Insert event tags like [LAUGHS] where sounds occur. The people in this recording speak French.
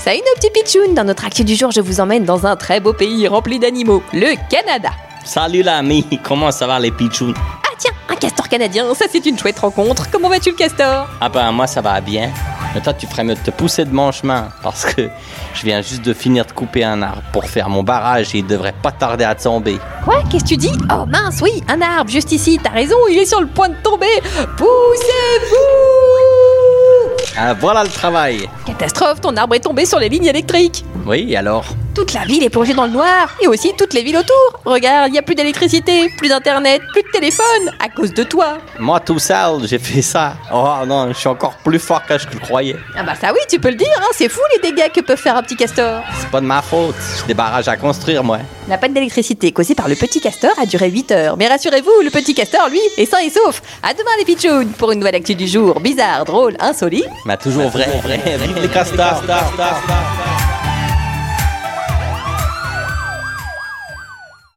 Salut nos petits pitchouns Dans notre actu du jour, je vous emmène dans un très beau pays rempli d'animaux, le Canada. Salut l'ami, comment ça va les pitchouns Ah tiens, un castor canadien, ça c'est une chouette rencontre. Comment vas-tu le castor Ah ben moi ça va bien. Mais toi tu ferais mieux de te pousser de mon chemin parce que je viens juste de finir de couper un arbre pour faire mon barrage et il devrait pas tarder à tomber. Quoi Qu'est-ce que tu dis Oh mince, oui, un arbre juste ici, t'as raison, il est sur le point de tomber. Poussez-vous Ah voilà le travail. Catastrophe, ton arbre est tombé sur les lignes électriques. Oui, et alors Toute la ville est plongée dans le noir et aussi toutes les villes autour. Regarde, il n'y a plus d'électricité, plus d'internet, plus de téléphone à cause de toi. Moi tout seul, j'ai fait ça. Oh non, je suis encore plus fort que je le croyais. Ah bah ça oui, tu peux le dire, hein, c'est fou les dégâts que peut faire un petit castor. C'est pas de ma faute, j'ai des barrages à construire moi. La panne d'électricité causée par le petit castor a duré 8 heures. Mais rassurez-vous, le petit castor, lui, est sain et sauf. À demain les pitchounes pour une nouvelle actu du jour. Bizarre, drôle, insolite. [LAUGHS] Mais toujours vrai, vrai, vive les castors.